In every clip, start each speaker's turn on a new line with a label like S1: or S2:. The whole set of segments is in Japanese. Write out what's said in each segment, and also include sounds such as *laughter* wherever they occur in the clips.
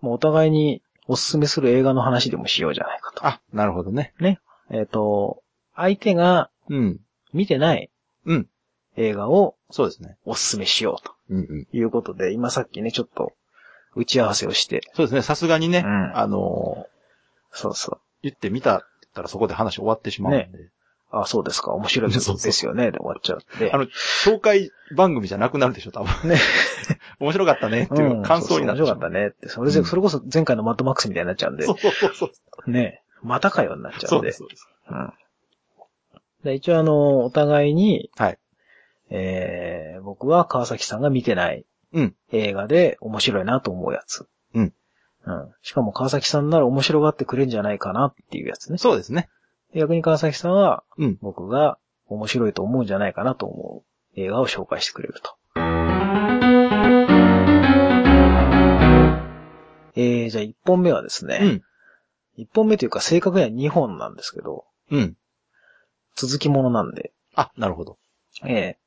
S1: もうお互いにおすすめする映画の話でもしようじゃないかと。
S2: あ、なるほどね。
S1: えっ、と、相手が
S2: うん。
S1: 見てない
S2: うん。
S1: 映画を
S2: そうですね。
S1: おすすめしようと
S2: うんうん。
S1: いうことで、今さっきね、ちょっと打ち合わせをして、
S2: そうですね。さすがにね、
S1: うん
S2: あのー
S1: そうそ
S2: 言ってみたって言ったらそこで話終わってしまうんで。
S1: う。あ、そうですか。面白い
S2: そうそう
S1: ですよね。で終わっちゃって。
S2: あの、紹介番組じゃなくなるでしょ、多分。
S1: ね。
S2: *laughs* 面白かったねっていう感想になっ
S1: って面白
S2: しま
S1: か
S2: う
S1: ったねって。それで、
S2: うん
S1: それこそ前回のマッドマックスみたいになっちゃうんで
S2: そ、うそうそうそう。
S1: ね。またかよになっちゃ
S2: そ
S1: うん
S2: うで
S1: で。
S2: す、そうです。
S1: うん。で一応あの、お互いに、
S2: はい。
S1: えー、僕は川崎さんが見てない
S2: うん。
S1: 映画で面白いなと思うやつ。
S2: うん。
S1: うん。しかも川崎さんなら面白がってくれんじゃないかなっていうやつね。
S2: そうですね。
S1: で逆に川崎さんは、
S2: うん
S1: 僕が面白いと思うんじゃないかなと思う映画を紹介してくれると。えー、じゃあ1本目はですね。
S2: うん。
S1: 一本目というか正確には二本なんですけど、
S2: うん。
S1: 続きものなんで、
S2: あ、なるほど。
S1: ええ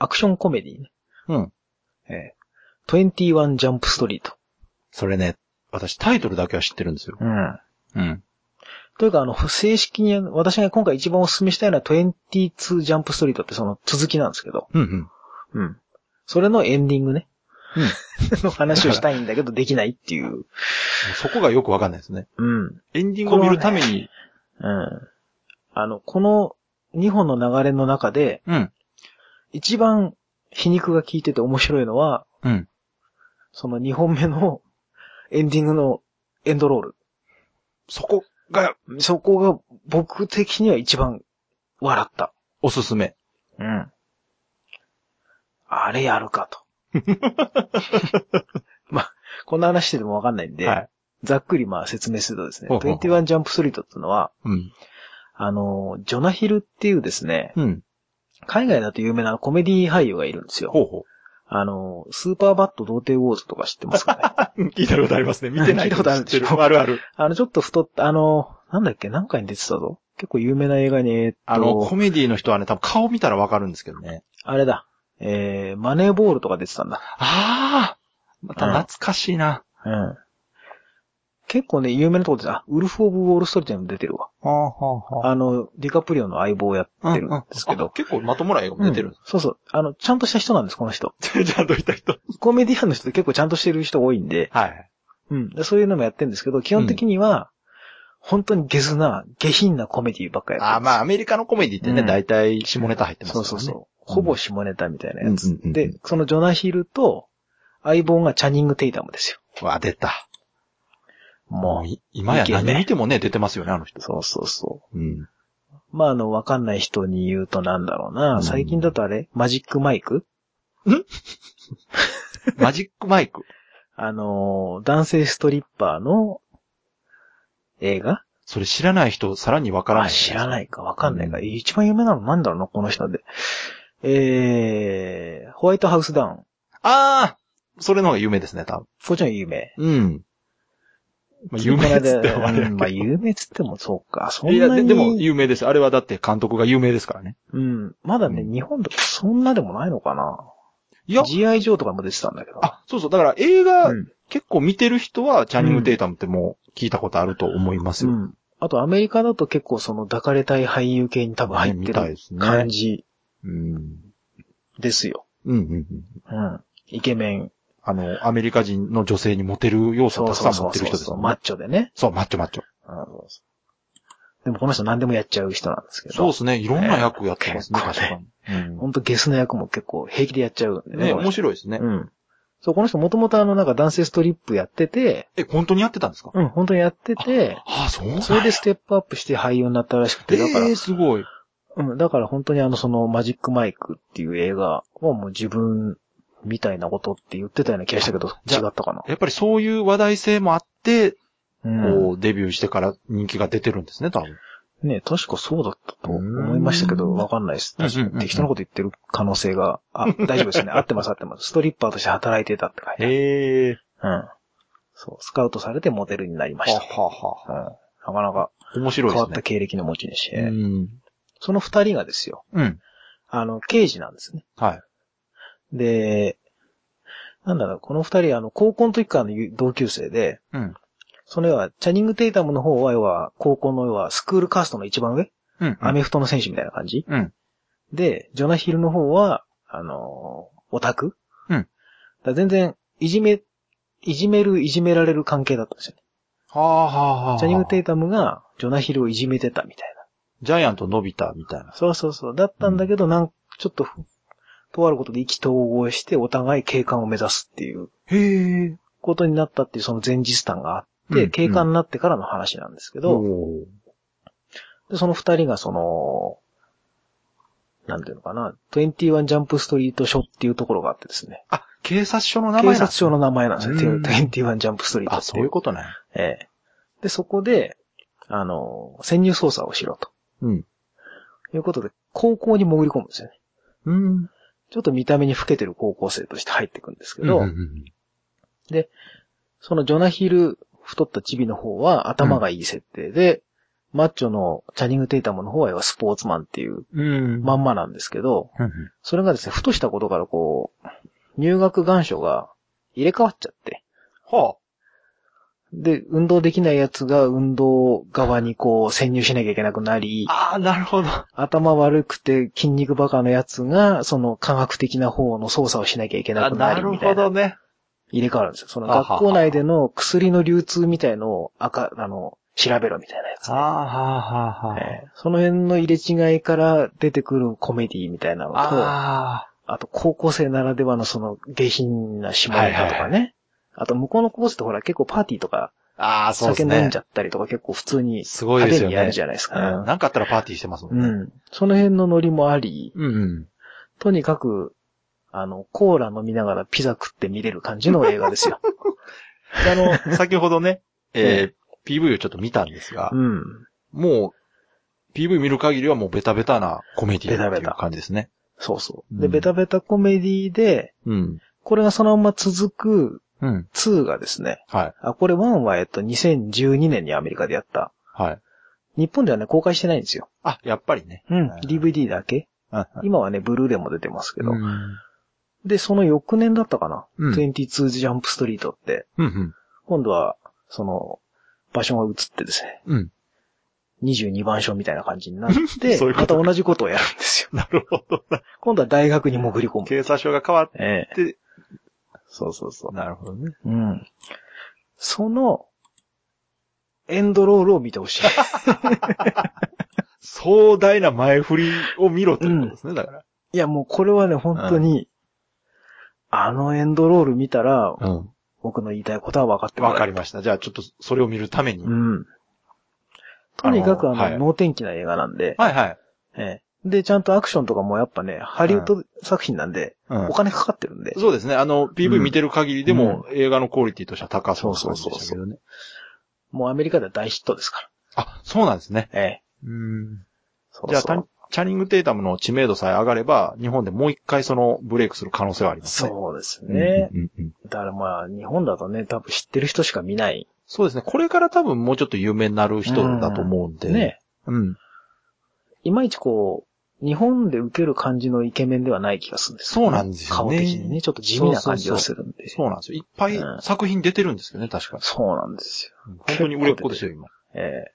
S1: アクションコメディね。
S2: うん。
S1: ええ21ジャンプストリート。
S2: それね、私タイトルだけは知ってるんですよ。
S1: うん。
S2: うん。
S1: というか、あの、正式に、私が今回一番お勧めしたいのは22ジャンプストリートってその続きなんですけど、
S2: うんうん。
S1: うん。それのエンディングね。
S2: うん。
S1: の話をしたいんだけど、できないっていう。
S2: そこがよくわかんないですね。
S1: うん。
S2: エンディングを見るために、
S1: うん。あの、この二本の流れの中で、
S2: うん。
S1: 一番皮肉が効いてて面白いのは、
S2: うん。
S1: その2本目のエンディングのエンドロー
S2: そこが
S1: ル。そこが僕的には一番笑った。
S2: おすすめ。
S1: うん。あれやるか
S2: *laughs*
S1: と。まあ、こんな話しててもわかんないんで、
S2: はい。
S1: ざっくりまあ説明するとですね、
S2: ほうほうほう
S1: 21ジャンプストリートっていうのは、
S2: うん。
S1: あの、ジョナヒルっていうですね、
S2: うん。
S1: 海外だと有名なコメディ俳優がいるんですよ。
S2: ほうほ
S1: あの、スーパーバット童貞ウォーズとか知ってますか
S2: *laughs*
S1: ね
S2: う。聞いたことありますね。見てない。
S1: 聞いたことある
S2: 知って
S1: でしょ
S2: る。あるある。
S1: あの、ちょっと太った、あの、なんだっけ、何回に出てたぞ結構有名な映画に、えーっと、
S2: あの、コメディの人はね、多分顔見たらわかるんですけどね。
S1: あれだ、えー、マネーボールとか出てたんだ。
S2: ああまた懐かしいな。
S1: うん。結構ね、有名なとこで、あ、ウルフ・オブ・ウォール・ストリートにも出てるわ。
S2: はあはあ
S1: あの、ディカプリオの相棒をやってるんですけ
S2: うんうんあ
S1: ど。
S2: 結構まともな映画も出て
S1: う
S2: る
S1: ん。そうそう。あの、ちゃんとした人なんです、この人。
S2: *laughs* じゃあ、どういった人
S1: コメディアンの人って結構ちゃんとしてる人多いんで、
S2: はい。
S1: うん。でそういうのもやってるんですけど、基本的には、本当にゲスな、下品なコメディばっかりやってる
S2: ああ、まあ、アメリカのコメディってね、
S1: うん
S2: 大体下ネタ入ってますか
S1: そ
S2: ら
S1: う
S2: ね。
S1: そうそう。ほぼ下ネタみたいなや
S2: うんうん
S1: つ
S2: うんう。ん
S1: で、そのジョナヒルと相棒がチャニング・テイタムですよ。
S2: う。わ、出た。も
S1: も
S2: う
S1: う。
S2: い、今や
S1: イケメン
S2: 何見てもね、出てますよね、あの人。
S1: そうそうそ
S2: うん。
S1: う。まあ、あの、わかんない人に言うとなんだろうな。
S2: うん
S1: 最近だとあれマジックマイク
S2: マジックマイク。
S1: あのー、男性ストリッパーの映画
S2: それ知らない人、さらにわからな
S1: あ、
S2: い。。
S1: 知らないいか、わかんないか。
S2: うん
S1: 一番有名なのなんだろうな、この人で。えー、ホワイトハウスダウン。
S2: ああそれの方が有名ですね、多分。
S1: こっちの有名。
S2: うん。まあ、有名っつってもあれ
S1: う
S2: や
S1: んまあ、
S2: け
S1: 有名っつってもそうか。そ
S2: ど。
S1: ん
S2: *laughs* いや、
S1: な
S2: で
S1: に。
S2: でも、有名です。あれはだって監督が有名ですからね。
S1: うん。まだね、
S2: うん
S1: 日本だとそんなでもないのかな。
S2: いや、
S1: GI 上とかも出てたんだけど。
S2: あ、そうそう。だから映画、
S1: うん。
S2: 結構見てる人は、チャニング・テイタムってもう聞いたことあると思います
S1: う
S2: よ。
S1: ん。あとアメリカだと結構その抱かれたい俳優系に多分入って
S2: みたい
S1: る
S2: ですね。
S1: 感じ
S2: うん。
S1: ですよ。
S2: うんうんうん。
S1: うん。イケメン。
S2: あの、アメリカ人の女性にモテる要素を
S1: そう
S2: たく
S1: そ
S2: さ
S1: うんそう
S2: 持ってる
S1: そう
S2: 人です
S1: そ
S2: も
S1: う。
S2: ん
S1: マ
S2: ね
S1: ッ。チョでね。
S2: そう、マッチョマッチョ。
S1: うんそうそうでもこの人何でもやっちゃう人なんですけど。
S2: そうですね。いろんな役やってますね、
S1: ね
S2: 確かに。
S1: ほんとゲスの役も結構平気でやっちゃうん
S2: う
S1: で
S2: ん。
S1: ね。
S2: ね、
S1: この
S2: 面
S1: 人
S2: 白いですね。
S1: うん。そう、この人もともとあのなんか男性ストリップやってて、
S2: え、本当にやってたんですか
S1: うん、本当にやってて、
S2: ああ、そうなんや
S1: それでステップアップして俳優になったらしくて、だから
S2: え、ー、すごい。
S1: うん、だから本当にあの、その、マジックマイクっていう映画はもう自分みたいなことって言ってたような気がしたけど、
S2: じゃ
S1: 違ったかな。
S2: やっぱりそういう話題性もあって、
S1: うん。
S2: こう、デビューしてから人気が出てるんですね、多分。
S1: ね確かそうだったと思いましたけど、
S2: うん
S1: わかんないです。
S2: うんうんうんうん
S1: 確かに適当なこと言ってる可能性が、
S2: *laughs*
S1: あ、大丈夫ですね。合ってます合ってます。ストリッパーとして働いてたって書いてある。
S2: へえ。
S1: うん。そう、スカウトされてモデルになりま
S2: は
S1: した。
S2: はは。
S1: うん。なかなか
S2: 面白い
S1: 変
S2: で
S1: わ
S2: す
S1: った
S2: ね。
S1: 経歴の持ち主で、
S2: うん。
S1: その二人がですよ、
S2: うん。
S1: あの、刑事なんですね。
S2: はい。
S1: で、なんだろう、この二人、あの、高校の時からの友同級生で、
S2: うん。
S1: その要は、チャニング・テイタムの方は、要は、高校の要は、スクールカーストの一番上、
S2: うん。
S1: アメフトの選手みたいな感じ。
S2: うん。
S1: で、ジョナヒルの方は、あのーオタク
S2: うん
S1: だから全然、いじめ、いじめる、いじめられる関係だったんですよね。
S2: はあはあはあ。
S1: チャニング・テイタムが、ジョナヒルをいじめてたみたい
S2: ジャイアント伸びたみたいな
S1: な。。そうそうそう。だったんだけど、なん、ちょっとふ、とあることで意気投合して、お互い警官を目指すっていう
S2: へえ。
S1: ことになったっていう、その前日談があって、
S2: うん
S1: 警官になってからの話なんですけど、
S2: おー
S1: で、その二人がその、なんていうのかな、21ジャンプストリート署っていうところがあってですね。
S2: あ、警察署の名前
S1: 警
S2: なん
S1: 察署の名前なんですよ。
S2: うん
S1: 21ジャンプストリート
S2: あ、
S1: って
S2: そ
S1: いう
S2: いうう。ことね。
S1: ええで、そこで、あの、潜入捜査をしろと。
S2: うん。
S1: いうことで、高校に潜り込むんですよね。
S2: うん。
S1: ちょっと見た目に老けてる高校生として入ってくんですけ
S2: うん
S1: ど、
S2: うんうん
S1: そのジョナヒル、太ったチビの方は頭がいい設定で、マッチョのチャニング・テイタムの方は要はスポーツマンっていう
S2: うん。
S1: まんまなんですけど、
S2: うんうん
S1: それがですね、ふとしたことからこう、入学願書が入れ替わっちゃって、
S2: は
S1: で、運動できないやつが運動側にこう潜入しなきゃいけなくなり、
S2: あ。ああ、なるほど。
S1: 頭悪くて筋肉バカのやつが、その科学的な方の操作をしなきゃいけな
S2: あ
S1: くな
S2: な
S1: り
S2: る
S1: みた
S2: ほ
S1: いな。
S2: どね。
S1: 入れ替わるんですよ。その
S2: あはは
S1: 学校内での薬の流通みたいのを赤、あの、調べろみたいなやつ
S2: は。あはあはあは
S1: ええその辺の入れ違いから出てくるコメディみたいなのと、
S2: あ。あ
S1: あと、高校生ならではのその下品な下ネタとかね。
S2: はい
S1: あと、向こうの高校生ってほら結構パーティーとか、
S2: あ。ああ、そうで
S1: 酒
S2: す
S1: 飲
S2: ね
S1: んじ。ゃったりとか結構普通に
S2: すごいで
S1: 派
S2: す
S1: 手
S2: よ
S1: にや
S2: ね
S1: るじ。ゃないですか。
S2: うんなんかあったらパーティーしてますも
S1: うん
S2: ね。
S1: ん。その辺のノリもあり、
S2: うん。うん。
S1: とにかく、あの、コーラ飲みながらピザ食って見れる感じの映画です
S2: *laughs*
S1: よ。
S2: であの、 *laughs* 先ほどね、えー、PV をちょっと見たんですが
S1: う、ん。
S2: もう、PV 見る限りはもうベタベタなコメディって
S1: ベ
S2: い
S1: タベ
S2: う
S1: タ
S2: 感じですね。
S1: そうそう。で、
S2: うん
S1: ベタベタコメディで、
S2: うん。
S1: これがそのまま続く
S2: うん。
S1: 2がですね、
S2: はい。
S1: あ、これ1はえっと2012年にアメリカでやった。
S2: はい。
S1: 日本ではね、公開してないんですよ。
S2: あ、やっぱりね。
S1: うん
S2: はい。
S1: DVD だけ
S2: うん
S1: 今はね、ブルーレイも出てますけど。
S2: うん。
S1: で、その翌年だったかな。
S2: うん
S1: 22ジャンプストリートって、
S2: うん。
S1: 今度は、その、場所が移ってですね、
S2: うん。
S1: 22番所みたいな感じになって、
S2: *laughs* そういうこと
S1: また同じことをやるんですよ。
S2: *laughs* なるほど。
S1: 今度は大学に潜り込む。
S2: 警察署が変わっ
S1: ええ
S2: て、
S1: そうそうそ
S2: なるほどね。
S1: う。うん。その、エンドロールを見てほしい。
S2: 壮大な前振りを見ろということですね、だから。
S1: いや、もうこれはね、本当に、あのエンドロール見たら、
S2: うん。
S1: 僕の言いたいことは分かっても
S2: わ
S1: らえ
S2: か
S1: る
S2: りました。じゃあちょっとそれを見るために。
S1: うん。とにかくあの、
S2: あのはい
S1: 能天気な映画なんで、
S2: はいはい。
S1: ええで、ちゃんとアクションとかもやっぱね、ハリウッド作品なんで、
S2: う
S1: お金かかってるんで、
S2: そうですね。あの、
S1: う
S2: PV
S1: ん
S2: 見てる限りでも、映画のクオリティとしては高そうな感じでしたけどね。
S1: もうアメリカでは大ヒットですか
S2: あ、そうなんですね。
S1: ら。ええ
S2: うん。
S1: そう
S2: じゃあ、
S1: そ
S2: タ
S1: う。
S2: チャニング・テータムの知名度さえ上がれば、日本でもう一回そのブレイクする可能性はありますね。
S1: そうですね。
S2: うんうんうん
S1: だからまあ、日本だとね、多分知ってる人しか見ない。
S2: そうですね。これから多分もうちょっと有名になる人だと思うんで。
S1: ね。
S2: うん。
S1: いまいちこう、日本で受ける感じのイケメンではない気がするんですよ
S2: そうなんですよね。
S1: 顔的にね、ちょっと地味な感じがするんで。
S2: そうなんですよ。いっぱい
S1: うん
S2: 作品出てるんですよね、確かに。
S1: そうなんですよ。
S2: 本当に売れっ子ですよ、今。
S1: ええ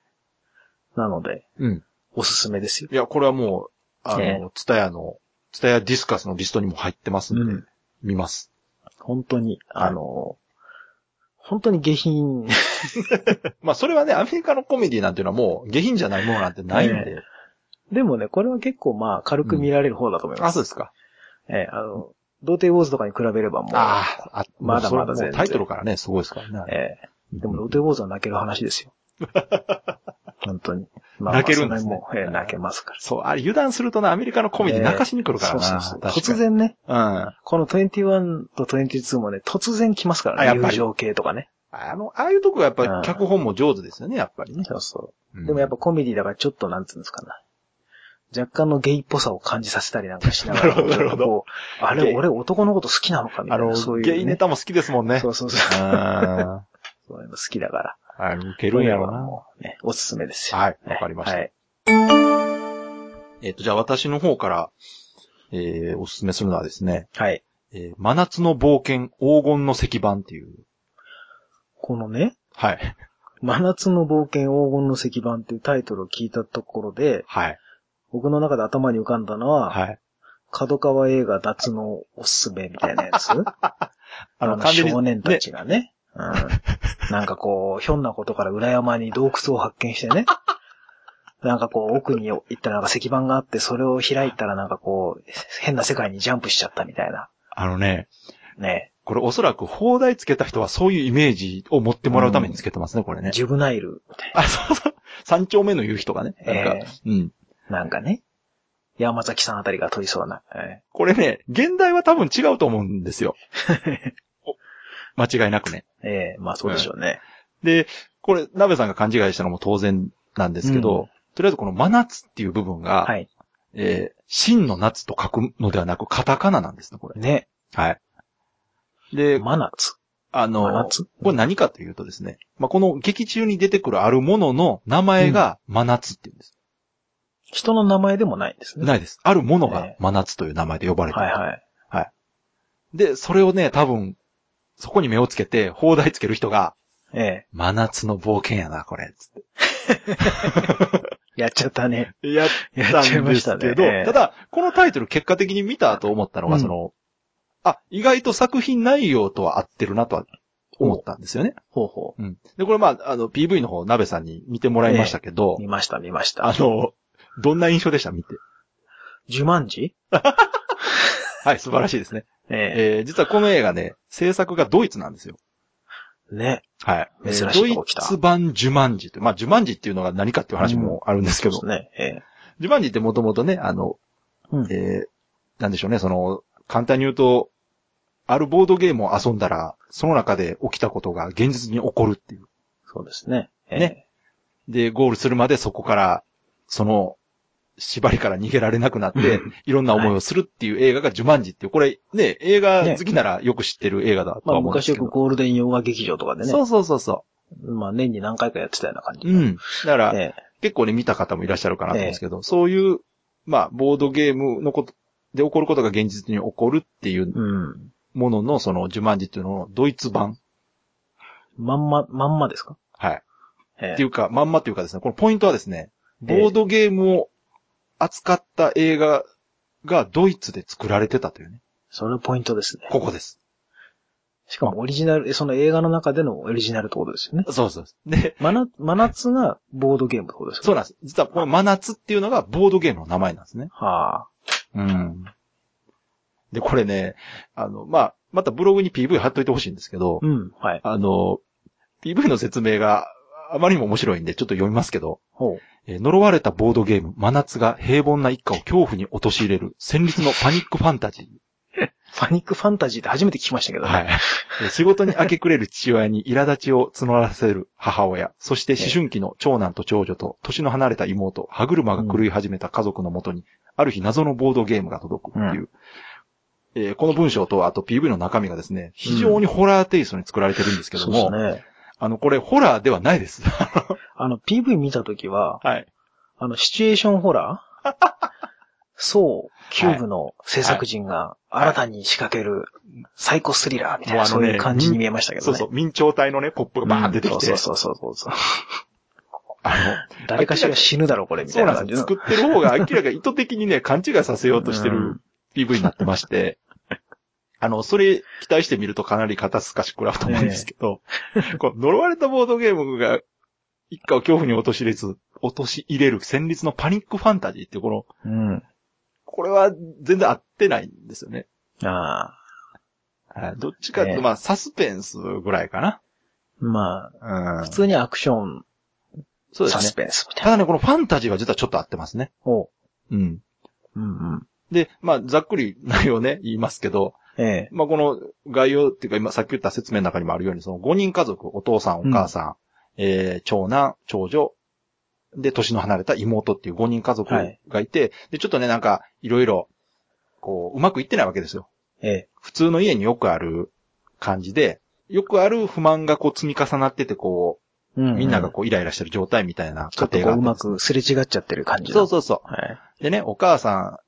S1: なので、
S2: うん。
S1: おすすめですよ。
S2: いや、これはもう、あ
S1: ええ
S2: の、ツタヤの、ツタヤディスカスのリストにも入ってますんで、
S1: うん
S2: 見ます。
S1: 本当に、
S2: はい
S1: あの、本当に下品。 *laughs*
S2: まあ、それはね、アメリカのコメディなんていうのはもう、下品じゃないものなんてないんで。
S1: えでもね、これは結構まあ軽く見られる方だと思いま
S2: あ、
S1: す。
S2: そうですか。
S1: ええあの、童貞ウォーズとかに比べればもう、
S2: ああ、
S1: まだまだ
S2: もうそれも
S1: 全
S2: う
S1: 然
S2: タイトルからね、すごいですからね。
S1: ええでも童
S2: うん
S1: 貞ウォーズは泣ける話です
S2: *laughs*
S1: よ。本当に。ま
S2: 泣けるんですね
S1: それもええ泣けますから。
S2: そう、あれ油断するとな、アメリカのコメディ泣かしに来るからな。
S1: そうそうそう
S2: 確か
S1: 突
S2: に。
S1: 然ね、
S2: うん。あ
S1: この21と22もね、突然来ますか
S2: あ
S1: ら
S2: や
S1: ね、
S2: っぱ
S1: 友
S2: り
S1: 情系とかね。
S2: の、ああいうとこがやっぱり
S1: うん
S2: 脚本も上手ですよね、やっぱりね。
S1: そうそうう。
S2: ん
S1: でもやっぱ、コメディだからちょっとなんつうんですかな。若干のゲイっぽさを感じさせたりなんかしながら、
S2: *laughs* なるほどなるほど
S1: こうあ
S2: ゲ
S1: れ、
S2: イ
S1: 俺男のこと好きなのかみた
S2: あ
S1: いな、
S2: の
S1: そう、いう、ね。
S2: ゲイネタも好きですもんね。
S1: そうそうそう。
S2: うん。あ
S1: そういうの好きだから。
S2: れ、受けるんやろな。
S1: もうね、おすすめですよ。
S2: はい、わかりました。
S1: はい。
S2: えっ、と、じゃあ私の方から、えー、おすすめするのはですね、
S1: はい。
S2: えー真夏の冒険黄金の石版っていう。
S1: このね、
S2: はい。
S1: 真夏の冒険黄金の石版っていうタイトルを聞いたところで、
S2: はい。
S1: 僕の中で頭に浮かんだのは、
S2: はい。
S1: 角川映画脱のおすすめみたいなやつあ
S2: あの、
S1: の、
S2: 完全に
S1: 少年た
S2: ね
S1: ちがね。うん、なんかこう、ひょんなことから裏山に洞窟を発見して
S2: *laughs*
S1: ね。なんかこう、奥に行ったらなんか石板があって、それを開いたらなんかこう、変な世界にジャンプしちゃったみたいな。
S2: あのね、
S1: ね。
S2: これおそらく放題つけた人はそういうイメージを持ってもらうためにつけてますね、これね。
S1: ジュブナイルみたい
S2: *laughs* あ、そうそう。三丁目の言う人がね。なん
S1: え
S2: か、うん。
S1: な。なんかね。山崎さんあたりが撮りそうな。え
S2: これね、現代は多分違うと思うんで
S1: *laughs*
S2: すよ。お間違いなくね。
S1: えええまあそうでしょうね。
S2: で、これ、鍋さんが勘違いしたのも当然なんですけど、
S1: うん
S2: とりあえずこの真夏っていう部分が、
S1: はい。
S2: えー真の夏と書くのではなく、カタカナなんですね、これ。
S1: ね。
S2: はい。で、
S1: 真夏。
S2: あ
S1: 真
S2: の、
S1: 夏
S2: これ何かというとですね、まあ、この劇中に出てくるあるものの名前が真夏っていうんです。
S1: 人の名前でもないんですね。
S2: ないです。あるものが
S1: え
S2: 真夏という名前で呼ばれてる。
S1: はいはい。
S2: で、それをね、多分、そこに目をつけて、放題つける人が、
S1: ええ
S2: 真夏の冒険やな、これ。つっ
S1: やっちゃったね。
S2: てやっ
S1: やっちゃいました
S2: た
S1: ね。
S2: けど、
S1: ええ
S2: ただ、このタイトル結果的に見たと思ったの
S1: う
S2: が、
S1: ん
S2: その、あ、意外と作品内容とは合ってるなとは思ったんですよね。
S1: ほうほ
S2: うん。で、これまあ、あの、PV の方、鍋さんに見てもらいましたけど
S1: う。、見ました、見ました。
S2: あの、どんな印象でした見て。
S1: ジュマンジ
S2: はい、素晴らしいですね。
S1: え
S2: えー、実はこの映画ね、制作がドイツなんですよ。
S1: えね。
S2: はい。
S1: 珍しい
S2: えー
S1: とこ
S2: ドイ
S1: 来た
S2: ツ版ジュマンジという、まあ、ジュマンジっていうのが何かっていう話もあるんですけど、
S1: そうですね。ええ
S2: ジュマンジってもともとね、あの、
S1: うん
S2: えー、なんでしょうね、その、簡単に言うと、あるボードゲームを遊んだら、その中で起きたことが現実に起こるっていう。
S1: そうですね。ええ
S2: ね。で、ゴールするまでそこから、その、縛りから逃げられなくなって
S1: う、
S2: いろんな思いをするっていう映画がジュマンジっていう、これね、映画好きならよく知ってる映画だと
S1: ま
S2: は
S1: あ
S2: 思うんです
S1: 昔
S2: け
S1: よ
S2: ど。
S1: くゴールデン洋画劇場とかで
S2: そ
S1: ね。
S2: うそうそうそ
S1: まあ年に何回かやってたような感じ
S2: う。
S1: の。
S2: うん。だから、
S1: ええ
S2: 結構ね、見た方もいらっしゃるかなと思うんですけど、そういう、まあ、ボードゲームのこと、で起こることが現実に起こるっていう
S1: うん。
S2: ものの、その、ジュマンジっていうののドイツ版。
S1: まんま、まんまですか
S2: はい。
S1: え
S2: ってい
S1: え
S2: うか、まんまっていうかですね、このポイントはですね、ボードゲームを扱った映画がドイツで作られてたというね。
S1: それポイントですね。
S2: ここです。
S1: しかもオリジナル、えその映画の中でのオリジナルってことですよね。
S2: そうそうそう。で、
S1: 真夏、真夏がボードゲームってことですよね
S2: そうなんです。実はこの真夏っていうのがボードゲームの名前なんですね。
S1: はあ。
S2: うん。で、これね、あの、まあ、またブログに PV 貼っといてほしいんですけど、
S1: うん。はい。
S2: あの、PV の説明があまりにも面白いんで、ちょっと読みますけど、
S1: ほう。
S2: えー呪われたボードゲーム、真夏が平凡な一家を恐怖に陥れる、戦慄のパニックファンタジー。
S1: パニックファンタジーって初めて聞きましたけどね。
S2: はい。えー仕事に明け暮れる父親に苛立ちを募らせる母親、そして思春期の長男と長女と、年の離れた妹、歯車が狂い始めた家族のもとに、ある日謎のボードゲームが届くっていう。えーこの文章と、あと PV の中身がですね、非常にホラーテイストに作られてるんですけど
S1: そう
S2: も、
S1: ですね。
S2: あの、これホラーではないです。
S1: あの、PV 見たときは、
S2: はい。
S1: あの、シチュエーションホラー
S2: *laughs*
S1: そう、キューブの制作陣が新たに仕掛けるサイコスリラーみたい
S2: も
S1: な、
S2: うあの
S1: そ
S2: ね
S1: ういう感じに見えましたけどね。
S2: *laughs* そうそう、明朝体のね、ポップがバーン出てきて、
S1: うんそうそうそうそうそう。
S2: あ
S1: 誰かしら死ぬだろ、これ、
S2: の、
S1: み
S2: そ
S1: た
S2: う
S1: いな
S2: な
S1: 感
S2: んで
S1: じ
S2: すよ
S1: の。
S2: 作ってる方が明らかに意図的にね、勘違いさせようとして
S1: う
S2: る
S1: ん
S2: PV になって
S1: *laughs*
S2: まして、あの、それ期待してみるとかなり肩透かし食らうと思うんですけど、こう呪われたボードゲームが一家を恐怖に陥れず、陥れる戦慄のパニックファンタジーっていうこの、
S1: うん。
S2: これは全然合ってないんですよね。
S1: ああ。
S2: はいどっちかっていう
S1: え
S2: と、
S1: え
S2: まあ、サスペンスぐらいかな。
S1: まあ、
S2: うん
S1: 普。通にアクション、
S2: そうで
S1: サ
S2: す
S1: ス
S2: ね。
S1: ペンスみたい
S2: た
S1: な。
S2: だね、このファンタジーは実はちょっと合ってますね。
S1: おう。
S2: うん。
S1: うんうん。
S2: で、まあ、ざっくり内容ね、言いますけど、
S1: ええ。
S2: まあ、この概要っていうか、今、さっき言った説明の中にもあるように、その5人家族、お父さん、お母さん、えー、長男、長女、で、年の離れた妹っていう5人家族がいて、で、ちょっとね、なんか、いろいろ、こう、うまくいってないわけですよ。
S1: ええ。
S2: 普通の家によくある感じで、よくある不満がこう積み重なってて、こ
S1: うん
S2: う、
S1: うん
S2: みんながこうイライラしてる状態みたいな
S1: ちょ
S2: 家
S1: っと
S2: 庭
S1: こ
S2: が
S1: う、
S2: あっ
S1: う
S2: て
S1: まくすれ違っちゃってる感じ
S2: そう
S1: う。
S2: そうそ
S1: はい。
S2: う。でね、お母さ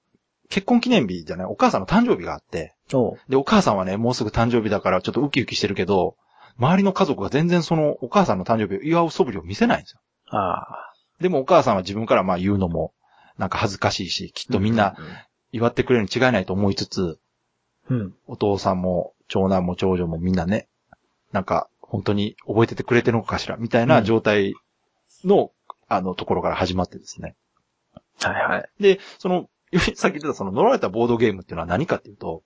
S2: 結婚記念日じゃない、お母さんの誕生日があって、
S1: おう
S2: で、お母さんはね、もうすぐ誕生日だからちょっとウキウキしてるけど、周りの家族が全然そのお母さんの誕生日を祝う素振りを見せないんですよ。
S1: ああ。
S2: でもお母さんは自分からまあ言うのも、なんか恥ずかしいし、きっとみんな祝ってくれるに違いないと思いつつ、
S1: うん。うん。
S2: お父さんも長男も長女もみんなね、なんか本当に覚えててくれてるのかしら、みたいな状態の、あの、ところから始まってですね。
S1: はいはい。
S2: で、その、 *laughs* さっき言ってたその乗られたボードゲームっていうのは何かっていうと、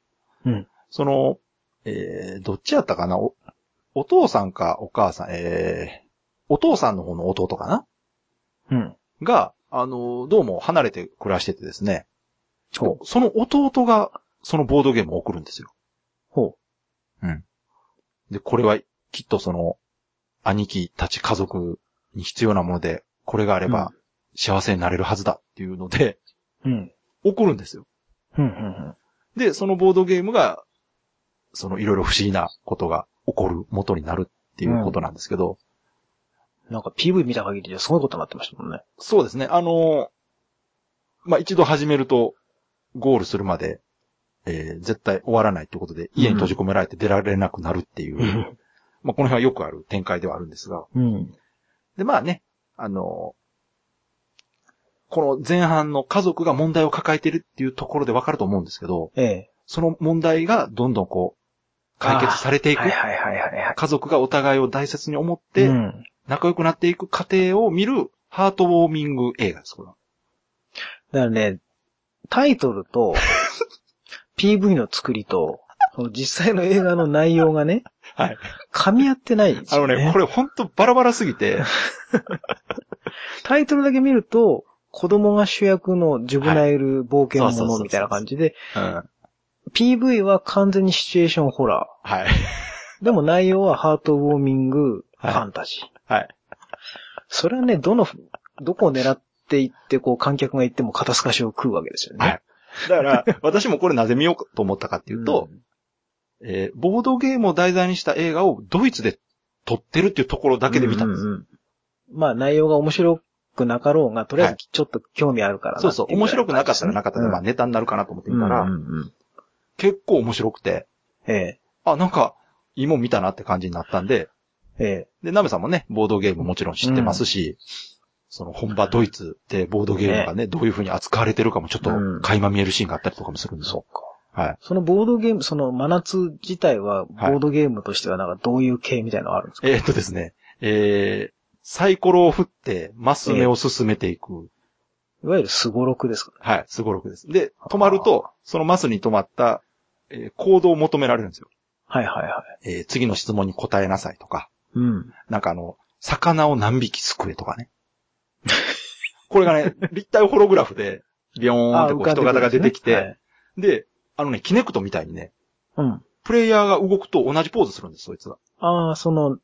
S1: うん
S2: その、えー、どっちやったかなお、お父さんかお母さん、えー、お父さんの方の弟かな
S1: うん。
S2: が、あの、どうも離れて暮らしててですね、
S1: ほう。
S2: その弟がそのボードゲームを送るんですよ。
S1: ほ
S2: で、これはきっとその、兄貴たち家族に必要なもので、これがあれば幸せになれるはずだっていうので、
S1: う。うん。
S2: 送るんですよ。
S1: うん。うん。
S2: で、そのボードゲームが、そのいろいろ不思議なことが起こる元になるっていうことなんですけど、
S1: うん。なんか PV 見た限りじゃすごいことになってましたもんね。
S2: そうですね、あのーまあ、一度始めると、ゴールするまで、えー絶対終わらないってことで、家に閉じ込められて出られなくなるっていう、まあ、この辺はよくある展開ではあるんですが、
S1: うん。
S2: で、まあね、あのーこの前半の家族が問題を抱えてるっていうところでわかると思うんですけど、
S1: ええ。
S2: その問題がどんどんこう、解決されていく
S1: はいはいはいはいはい。
S2: 家族がお互いを大切に思って
S1: う、ん。
S2: 仲良くなっていく過程を見るハートウォーミング映画です、これは。
S1: だからね、タイトル
S2: *laughs*
S1: と、PV の作りと、その実際の映画の内容がね、
S2: *laughs* はい。
S1: 噛み合ってないんです
S2: あ
S1: よ
S2: の
S1: ね。
S2: ね、これほんとバラバラす
S1: *laughs*
S2: ぎて、
S1: タイトルだけ見ると、子供が主役のジュブナイル冒険
S2: そうそうそう
S1: 者
S2: そう
S1: みたいな感じで、
S2: うん。
S1: PV は完全にシチュエーションホラ
S2: はい。
S1: ー。でも内容はハートウォーミング、フ
S2: はい
S1: ァンタジー。
S2: はい。
S1: それはね、どの、どこを狙っていって、こう観客が行っても肩透かしを食うわけですよね。
S2: はいだから、私もこれなぜ見ようと思ったかっていうと、
S1: ん、
S2: えーボードゲームを題材にした映画をドイツで撮ってるっていうところだけで見たんです。
S1: うううんまあ内容が面白くなかろうが、とりあえ
S2: は
S1: ずちょっと興味あるからな
S2: そうそう、面白くなかったらな
S1: っ
S2: かったで、まあネタになるかなと思ってて
S1: い
S2: み
S1: う
S2: た
S1: ぐらい
S2: ら、
S1: の感じですねうんうんうん
S2: 結構面白くて、
S1: ええ、
S2: あ、なんか、いいもん見たなって感じになったんで、
S1: ええ。
S2: で、ナメさんもね、ボードゲームもちろん知ってますし、その本場ドイツでボードゲームがね、どういう風に扱われてるかもちょっと
S1: うん
S2: 垣間見えるシーンがあったりとかもするんですよ。
S1: うか。
S2: はい。
S1: そのボードゲーム、その真夏自体は、ボ
S2: はい
S1: ードゲームとしてはなんかどういう系みたいなのあるんですか、
S2: えーっとですね、えー、サイコロを振って、マス目を進めていく。
S1: いわゆるスゴロクですか
S2: はい、すごろくです。で、止まると、そのマスに止まった、えー行動を求められるんですよ。
S1: はいはいはい。
S2: えー次の質問に答えなさいとか、
S1: うん。
S2: なんかあの、魚を何匹すくえとかね。これがね、立体ホログラフで、ビヨーンってこう人型が出てきて、で、あのね、キネクトみたいにね、
S1: はいうん。
S2: プレイヤーが動くと同じポーズするんです、そいつが。
S1: ああ、その、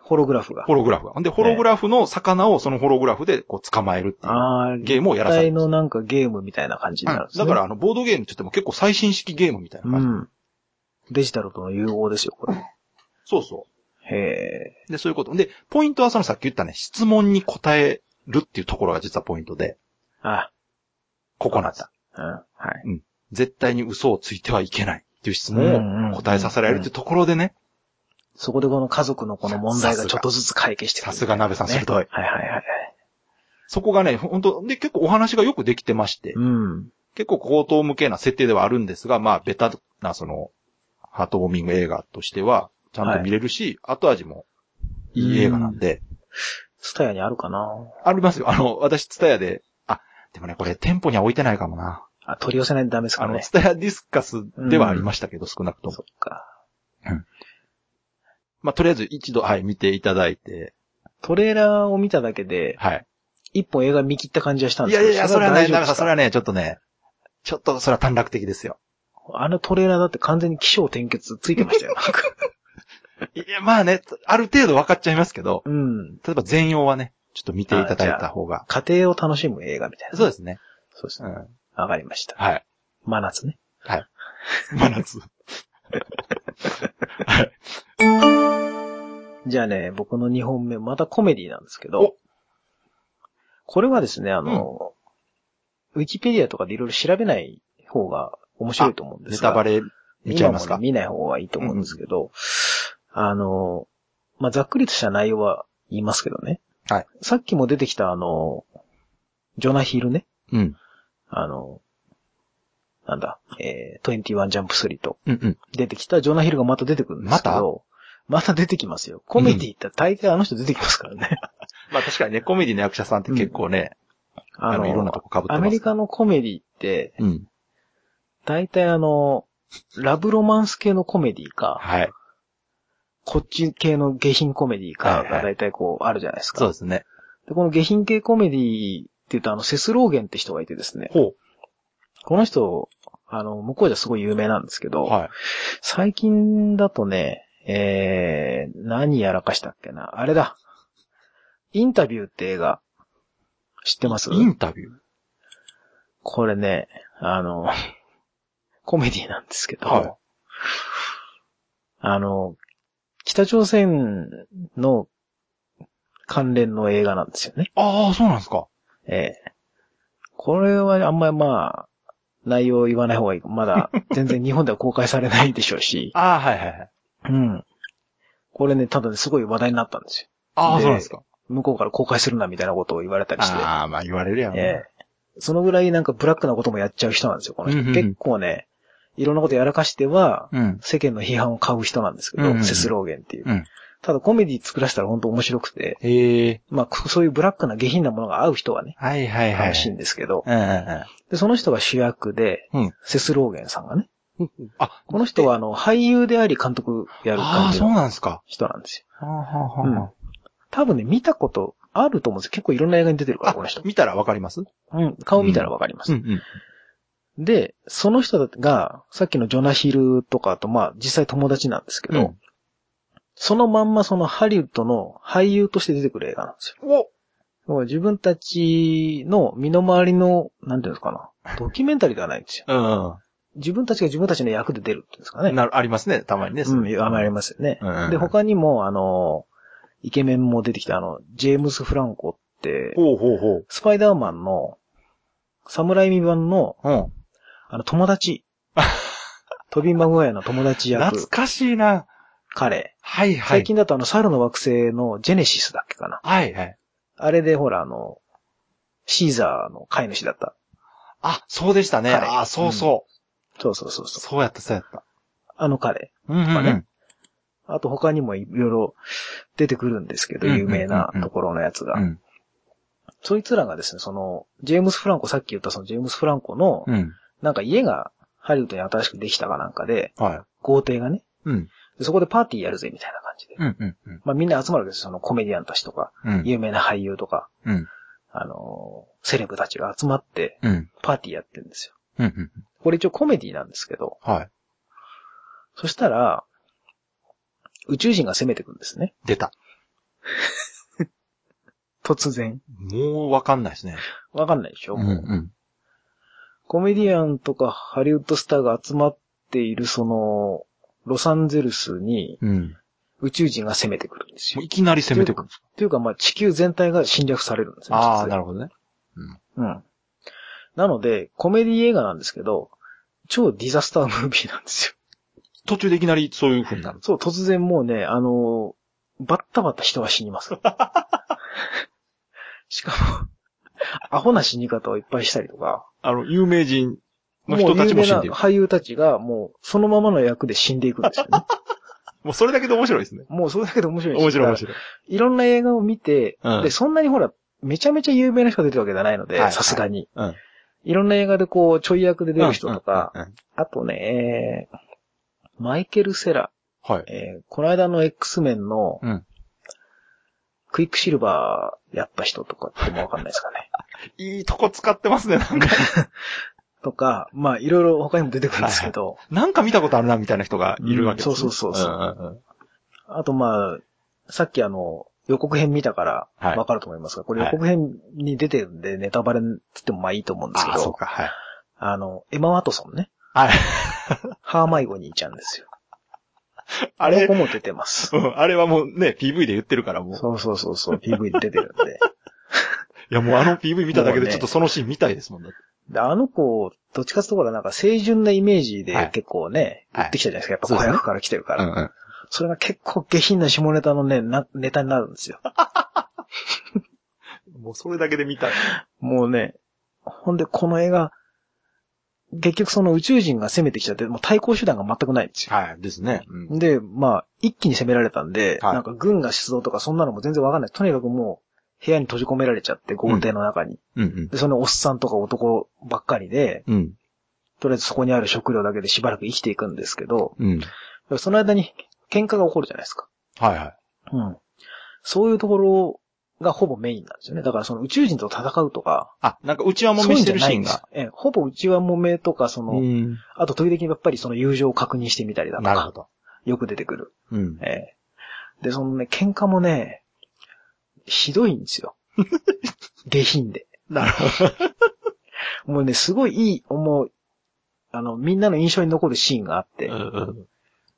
S1: ホログラフが。
S2: ホログラフが。ほんで、ホログラフの魚をそのホログラフでこう捕まえるっていう
S1: ああ、
S2: ゲームをやら
S1: 立
S2: され
S1: 体
S2: るんです。
S1: のなんかゲームみたいな感じになるんです、
S2: だ
S1: ね
S2: から、あの、ボードゲームって言っても結構最新式ゲームみたいな
S1: う
S2: 感じ。
S1: ん。デジタルとの融合ですよ、これ。
S2: そうそ
S1: へえ。
S2: う。で、そういうこと。で、ポイントはそのさっき言ったね、質問に答えるっていうところが実はポイントで、
S1: あ、
S2: ここなんだ。
S1: うん。はい。
S2: 絶対に嘘をついてはいけないっていう質
S1: うんうん
S2: 問
S1: うん
S2: を答えさせられるっていうところでね、
S1: そこでこの家族のこの問題がちょっとずつ解決してくる
S2: さすが鍋さん
S1: ね
S2: 鋭い。
S1: はいはいはい。
S2: そこがね、本当で、結構お話がよくできてまして、
S1: うん。
S2: 結構高等無形な設定ではあるんですが、まあ、ベタな、その、ハートウォーミング映画としては、ちゃんと見れるし、後味もいい映画なんで、
S1: スタヤにあるかな
S2: ありますよ。あの、私、ツタヤで、あ、でもね、これ店舗には置いてないかもな。
S1: あ、取り寄せないとダメです
S2: あ
S1: か
S2: の、
S1: ね
S2: ツ。タヤディスカスではありましたけど、少なくとも
S1: そ。っか。
S2: まあ、とりあえず一度、はい、見ていただいて、
S1: トレーラーを見ただけで、
S2: はい。
S1: 一本映画見切った感じはしたん
S2: い
S1: です
S2: や
S1: け
S2: い
S1: ど。
S2: やいや、それは
S1: 大
S2: ね、
S1: 丈夫
S2: なん
S1: で
S2: か
S1: す
S2: それはね、ちょっとね、ちょっと、それは短絡的ですよ。
S1: あのトレーラーだって完全に気象転結ついてま
S2: *laughs*
S1: したよ。なんか
S2: いや、まあね、ある程度分かっちゃいますけど、
S1: うん。
S2: 例えば全容はね、ちょっと見ていただいた方が。
S1: 家庭を楽しむ映画みたいな。。
S2: そうですすね。
S1: そうです
S2: う
S1: ね。
S2: ん。
S1: わかりました。
S2: はい。
S1: 真夏ね。
S2: *laughs* 真夏。
S1: じゃあね、僕の2本目、またコメディなんですけど
S2: お、
S1: これはですね、あの、ウィキペディアとかでいろいろ調べない方が面白いと思うんで
S2: ネ
S1: すが。
S2: タバレ見ちゃいます
S1: 今
S2: か
S1: もね見ない方がいいと思うんですけど、あの、まあ、ざっくりとした内容は言いますけどね。
S2: はい。
S1: さっきも出てきたあの、ジョナヒルね。
S2: うん。
S1: あの、なんだ、えー、21ジャンプ3と
S2: うんうん。
S1: 出てきたジョナヒルがまた出てくるんですけど、また出てきますよ。コメディって大概あの人出てきますからね。
S2: まあ確かにね、コメディの役者さんって結構ね、
S1: あ
S2: あの、いろんな
S1: の
S2: と、こ被ってます。
S1: アメリカのコメディって、
S2: うん。
S1: 大体あの、ラブロマンス系のコメディか、
S2: はい。
S1: こっち系の下品コメディか
S2: はいは
S1: が
S2: い
S1: 大体こうあるじゃないですか。
S2: そうですね。
S1: で、この下品系コメディって言うとあの、セスローゲンって人がいてですね、
S2: ほ
S1: この人、あの、向こうじゃすごい有名なんですけど、
S2: はい。
S1: 最近だとね、えー、何やらかしたっけな。あれだ。インタビューって映画、知ってます
S2: インタビュー
S1: これね、あの、 *laughs* コメディなんですけど、
S2: はい
S1: あの、北朝鮮の関連の映画なんですよね。
S2: ああ、そうなんですか。
S1: ええこれはあんまりまあ、内容を言わない方がいい。まだ全然日本では公開されないでしょうし、
S2: ああ、はいはいはい。
S1: うん。これね、ただね、すごい話題になったんですよ。
S2: ああ、
S1: で
S2: そうなんですか。
S1: 向こうから公開するなみたいなことを言われたりして。
S2: ああ、まあ言われるやん。
S1: ええそのぐらいなんかブラックなこともやっちゃう人なんですよ、この人。
S2: うんうんうん
S1: 結構ね、いろんなことやらかしては、
S2: うん。
S1: 世間の批判を買う人なんですけど、
S2: うんうんうん
S1: セスローゲンっていう。
S2: うん
S1: ただコメディ作らせたら本当面白くて、
S2: へえ。
S1: まあこそういうブラックな下品なものが合う人はね、
S2: はいはいはい。
S1: 楽しいんですけど、
S2: うんうんうん
S1: でその人が主役で、
S2: うん
S1: セスローゲンさんがね、
S2: あ、
S1: この人はあの俳優であり監督やる
S2: あ
S1: 感
S2: あ、
S1: じ
S2: そう
S1: の
S2: なんですか。
S1: 人なんですよ。
S2: はあはあはあは
S1: 多分ね、見たことあると思うんですよ。結構いろんな映画に出てるか
S2: あ
S1: ら、この人。
S2: 見たらわかります
S1: うん、顔見たらわかります。
S2: ん。
S1: で、その人が、さっきのジョナヒルとかと、まあ、実際友達なんですけど、
S2: うん
S1: そのまんまそのハリウッドの俳優として出てくる映画なんですよ。
S2: お
S1: だから自分たちの身の回りの、なんていうんですかな、ドキュメンタリーではないんですよ。
S2: う
S1: 自分たちが自分たちの役で出るっていうんですかね。
S2: ん。なる、ありますね、たまにね。
S1: うん、あまりありますよね。
S2: うん
S1: で、他にも、あの、イケメンも出てきた、あの、ジェームス・フランコって、
S2: ほうほうほう。
S1: スパイダーマンの、サムライミ版の、
S2: うん。
S1: あの、友
S2: *laughs*
S1: 達。トビ・マグワイアの友達
S2: 懐
S1: 役、
S2: かしいな。
S1: 彼。
S2: はいは
S1: 最
S2: い。
S1: 近だとあの、猿の惑星のジェネシスだっけかな。
S2: はいはい。
S1: あれでほら、あの、シーザーの飼い主だった。
S2: あ、そうでしたね。
S1: 彼
S2: あそうそう。
S1: そうそうそうそう。
S2: そうやった、そうやった。
S1: あの彼。
S2: うんうんうん。
S1: あと他にもいろいろ出てくるんですけど、
S2: うんうんう
S1: 有
S2: んうん
S1: 名なところのやつ
S2: う
S1: が。
S2: ん。
S1: そいつらがですね、その、ジェームス・フランコ、さっき言ったそのジェームス・フランコの、
S2: うん。
S1: なんか家がハリウッドに新しくできたかなんかで、
S2: は
S1: 豪邸がね、
S2: い。うん。
S1: でそこでパーティーやるぜ、みたいな感じで。
S2: うんうんうん。
S1: まあみんな集まるわけですよ、そのコメディアンたちとか。
S2: うん。
S1: 有名な俳優とか、
S2: うん。
S1: あのー、セレブたちが集まって
S2: うん。
S1: パーティーやってるんですよ。
S2: うんうん。
S1: これ一応コメディなんですけど、
S2: はい。
S1: そしたら、宇宙人が攻めてくるんですね。
S2: 出た。
S1: 突然。
S2: もうわかんないですね。
S1: わかんないでしょ、
S2: うん。
S1: コメディアンとかハリウッドスターが集まっているその、ロサンゼルスに
S2: うん。
S1: 宇宙人が攻めてくるんです
S2: も
S1: よ
S2: う。いきなり攻めてくるんですか
S1: というかまあ地球全体が侵略されるんですね。
S2: あ
S1: 突
S2: あ、な
S1: 然
S2: るほどね。
S1: うん。なので、コメディ映画なんですけど、超ディザスターム *laughs* ービーなんですよ。
S2: 途中でいきなりそういう風になる。
S1: そう、突然もうね、あのーバッタバタ人は死に
S2: *laughs*
S1: ます。しかも、アホな死に方をいっぱいしたりとか、
S2: あの、有名人
S1: も
S2: の人
S1: う
S2: たち
S1: 有
S2: も
S1: 名
S2: 死ん
S1: な
S2: でる。
S1: 俳優たちがもうそのままの役で死んでいくんですよ
S2: *laughs*
S1: ね。
S2: もうそれだけで面白いですね。
S1: もうそれだけで面白い
S2: 面白い面
S1: い。
S2: 白い。
S1: いろんな映画を見て、
S2: うん
S1: で、そんなにほら、めちゃめちゃ有名な人が出てるわけじゃないの
S2: はいは
S1: で、
S2: い
S1: さすがに。
S2: うん。
S1: いろんな映画でこう、ちょい役で出る人とか、
S2: うんうんうん
S1: あとね、えーマイケル・セラ、
S2: はい。
S1: えーこの間の X メンの、
S2: うん
S1: クイックシルバーやった人とかってもわかんないですかね。 *laughs*
S2: いいとこ使ってますね、なんか。
S1: とか、まあいろいろ他にも出てくるんですけど、
S2: *laughs* なんか見たことあるな、みたいな人がいるわけですね。
S1: うんそうそうそうそうん
S2: んん
S1: あとまあ、さっきあの、予告編見たから
S2: はい
S1: わかると思いますが、これ予告編に出てるんでネタバレつってもまあいいと思うんですけ
S2: ああ、そう
S1: ど、
S2: か、はい。
S1: あの、エマ・ワトソンね、
S2: はい。
S1: ハーマイゴニーちゃんですよ。
S2: *laughs* あ
S1: こ
S2: れ
S1: こ、も出てます。
S2: うんあれはもうね、PV で言ってるから *laughs* もう。
S1: そうそうそうそう、PV に出てるんで。
S2: いや、もうあの PV 見ただけ
S1: もう
S2: で
S1: ね
S2: ちょっとそのシーン見たいですもんだって。
S1: で、あの子、どっちかっていうところはなんか清純なイメージ
S2: はい
S1: で結構ね、
S2: は
S1: 言
S2: い
S1: ってきたじゃないですか。やっぱ
S2: そうで
S1: 子
S2: すね
S1: 役から来てるか
S2: う
S1: ら。
S2: んうん。
S1: それが結構下品な下ネタのね、な、ネタになるんですよ。
S2: もうそれだけで見た。
S1: もうね、ほんでこの映画、結局その宇宙人が攻めてきちゃって、もう対抗手段が全くないんですよ。
S2: はい、ですね。うん
S1: で、まあ、一気に攻められたんで、
S2: はい
S1: なんか軍が出動とかそんなのも全然わかんない。とにかくもう、部屋に閉じ込められちゃって、豪邸の中に。
S2: うん
S1: で、そのおっさんとか男ばっかりで、
S2: うん。うん。
S1: とりあえずそこにある食料だけでしばらく生きていくんですけど、
S2: うん。
S1: その間に喧嘩が起こるじゃないですか。
S2: はいはい。
S1: うん。そういうところがほぼメインなんですよね。だからその宇宙人と戦うとか、
S2: あ、なんか内輪も
S1: そう
S2: め
S1: いうん
S2: し
S1: じ
S2: て
S1: ゃ
S2: る
S1: な
S2: シ
S1: い
S2: ー
S1: ん
S2: ン
S1: です
S2: が。。
S1: ええほぼ内輪もめとか、その、
S2: ん。
S1: あと時々やっぱりその友情を確認してみたりだと
S2: なる
S1: か、
S2: ほど。
S1: よく出てくる。
S2: うん。
S1: ええで、そのね、喧嘩もね、ひどいん *laughs* ですよ。下品で。
S2: なるほど。
S1: もうね、すごいいい、思う、あの、みんなの印象に残るシーンがあって、
S2: うん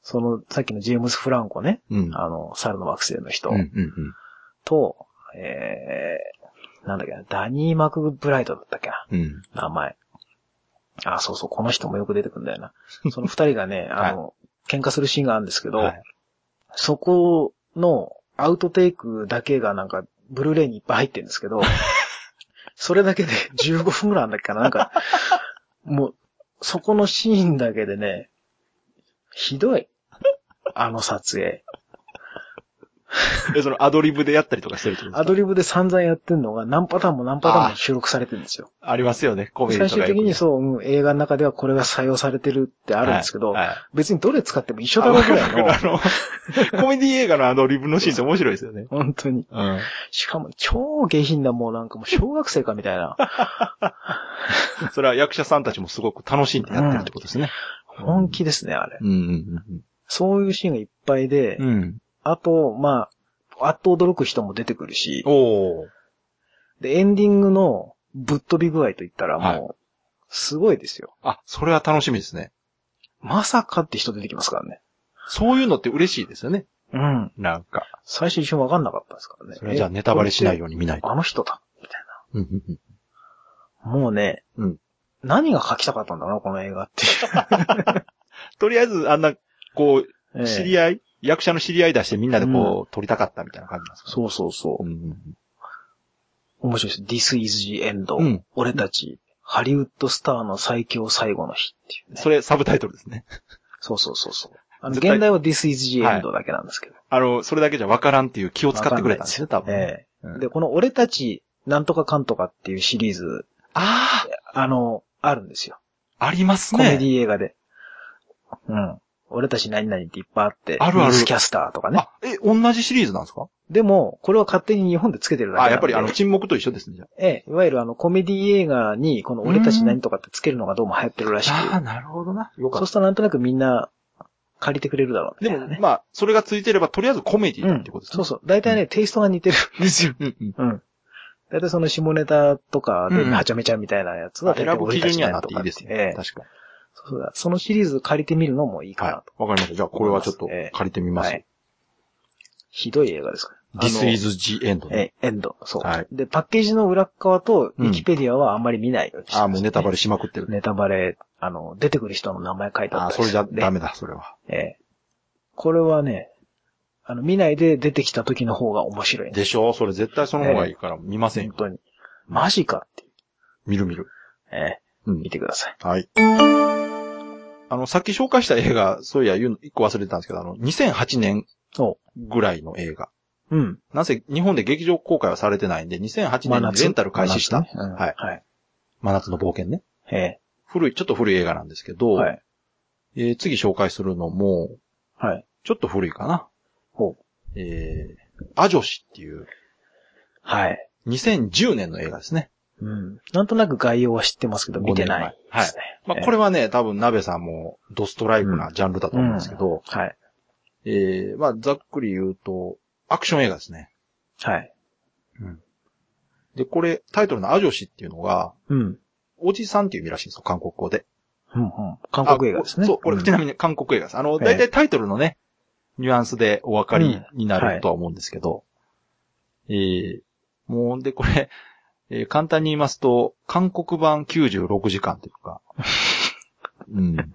S1: その、さっきのジェームス・フランコね、
S2: うん。
S1: あの、猿の惑星の人
S2: うんうんうん。
S1: と、えー、なんだっけな、ダニー・マクブライトだったっけな、
S2: うん。
S1: 名前。あ、そうそう、この人もよく出てくるんだよ
S2: *laughs*
S1: な。その二人がね、あの、喧嘩するシーンがあるんですけど、
S2: はい
S1: そこのアウトテイクだけがなんか、ブルーレイにいっぱい入ってるんですけ
S2: *laughs*
S1: ど、それだけで15分ぐらいあんだっけかななん
S2: *laughs*
S1: か、もう、そこのシーンだけでね、ひどい。あの撮影。
S2: え、そのアドリブでやったりとかしてるってことですか
S1: アドリブで散々やってんのが何パターンも何パターンも収録されてるんですよ。
S2: ありますよね、コメデ
S1: 最
S2: ィとか
S1: 終
S2: よく
S1: 的にそう、うん映画の中ではこれが採用されてるってあるんですけど、
S2: はいはい
S1: 別にどれ使っても一緒だろうぐらいの、
S2: あわかるあの、コメディ映画のアドリブのシーンって面白いですよね。
S1: 本当に。
S2: うん。
S1: しかも超下品なもうなんかもう小学生かみたいな。
S2: *laughs* それは役者さんたちもすごく楽しんでやってるってことですね。
S1: 本気ですね、あれ。
S2: うんうん
S1: そういうシーンがいっぱいで、
S2: うん。うん。
S1: あと、まあ、あっと驚く人も出てくるし、
S2: おー。
S1: で、エンディングのぶっ飛び具合といったら
S2: はい
S1: もう、すごいですよ。
S2: あ、それは楽しみですね。
S1: まさかって人出てきますからね。
S2: そういうのって嬉しいですよね。
S1: うん。
S2: なんか。
S1: 最初一瞬わかんなかったですからね。
S2: それじゃあネタバレしない
S1: よ。
S2: ように見ないと。
S1: あの人だ。みたい
S2: うんうんうん
S1: な。もうね、
S2: うん
S1: 何が書きたかったんだろうな、この映画って
S2: とりあえず、あんな、こ
S1: いう。
S2: う、 *laughs* 知
S1: 合い、
S2: り合い、役者の知り合い出してみんなでこう、撮りたかったみたいな感じなんですかね、
S1: そうそうそう。
S2: うんうん
S1: 面白いです。This is the end.、
S2: うん
S1: 俺たち、ハリウッドスターの最強最後の日っていう
S2: うん。
S1: ね。
S2: それ、サブタイトルですね。
S1: そうそうそうそう。あの、
S2: 絶対
S1: 現代は This is the end だけなんですけど。
S2: あの、それだけじゃわからんっていう気を使ってくれたんですね、多分。
S1: ええ
S2: うん
S1: で、この俺たち、なんとかかんとかっていうシリーズ、
S2: あ
S1: あの、あるんですよ。
S2: ああります
S1: コメ
S2: ね。
S1: ディ映画で。うん。俺たち何々っていっぱいあって。
S2: ある
S1: ニュ
S2: ある
S1: ースキャスターとかね。
S2: あ、え、同じシリーズなんですか
S1: でも、これは勝手に日本でつけてるだけなん
S2: あ、
S1: で。
S2: やっぱりあの、沈黙と一緒ですね、じゃ
S1: ええ、いわゆるあの、コメディ映画に、この俺たち何とかってつけるのがどうも流行ってるらしく。
S2: あ。あー、なるほどな。よ
S1: そうするとなんとなくみんな借りてくれるだろうみ
S2: で
S1: たいな
S2: も
S1: ね、。
S2: まあ、それがついてれば、とりあえずコメディだってことですね。
S1: そうそう。大体ね、テイストが似てるんですよ。
S2: うんうん。
S1: うん。大体その下ネタとかで、
S2: うん
S1: はちゃめちゃみたいなやつは、
S2: 選ぶ基準にはなっていいです
S1: え
S2: ね。
S1: え
S2: 確かに。
S1: そうだ。そのシリーズ借りてみるのもいいかなと。
S2: はい。わかりました。じゃあ、これはちょっと借りてみます
S1: は。いひどい映画ですから。
S2: This
S1: あの
S2: is the end ね。
S1: え、エンド。そう、
S2: はい
S1: で、パッケージの裏側と、ウ
S2: うん
S1: ィキペディアはあんまり見ないようにして
S2: ああ、もうネタバ
S1: レ。
S2: レしま
S1: *laughs*
S2: くってる。
S1: ネタバレ、あの、出てくる人の名前書いて
S2: あ
S1: あ
S2: あ、
S1: った
S2: そ
S1: り
S2: れ
S1: す
S2: じゃ
S1: るんで
S2: ダメだ、それは。
S1: ええこれはね、あの、見ないで出てきた時の方が面白いん
S2: でしょそれ絶対その方がいいから、見ません
S1: 本当
S2: よ。
S1: に。マジかっていう。
S2: 見る見る。
S1: ええ
S2: うん
S1: 見。てください。
S2: はい。あの、さっき紹介した映画、そういや言うの、一個忘れてたんですけど、あの、2008年
S1: お
S2: ぐらいの映画。
S1: うん。
S2: なんせ日本で劇場公開はされてないんで、2008年にレンタル開始し
S1: 真、
S2: た
S1: 夏ねうん
S2: はい
S1: はい。
S2: 真夏の冒険ね。
S1: ええ
S2: 古い、ちょっと古い映画なんですけど、
S1: はい。
S2: えー次紹介するのも、
S1: はい。
S2: ちょっと古いかな。
S1: ほう。
S2: えー、アジョシっていう
S1: はい。
S2: 2010年の映画ですね。
S1: うん。なんとなく概要は知ってますけど、見てない
S2: 五年
S1: で
S2: 前はい
S1: す。ね。
S2: まあ、
S1: ええ
S2: これはね、多分、鍋さんもドストライクなジャンルだと思うんですけど、
S1: はい。
S2: えー、まあ、ざっくり言うと、アクション映画ですね。
S1: はい。
S2: で、これ、タイトルのアジョシっていうのが、
S1: うん。
S2: おじさんっていう意味らしいんですよ、韓国語で。
S1: うんうん。韓国映画ですね。
S2: あそう、これちなみに韓国映画です。あの、大体タイトルのね、ニュアンスでお分かりになるとは思うんですけど、えー、もう、で、これ、えー簡単に言いますと、韓国版96時間という
S1: *laughs*
S2: か、うん、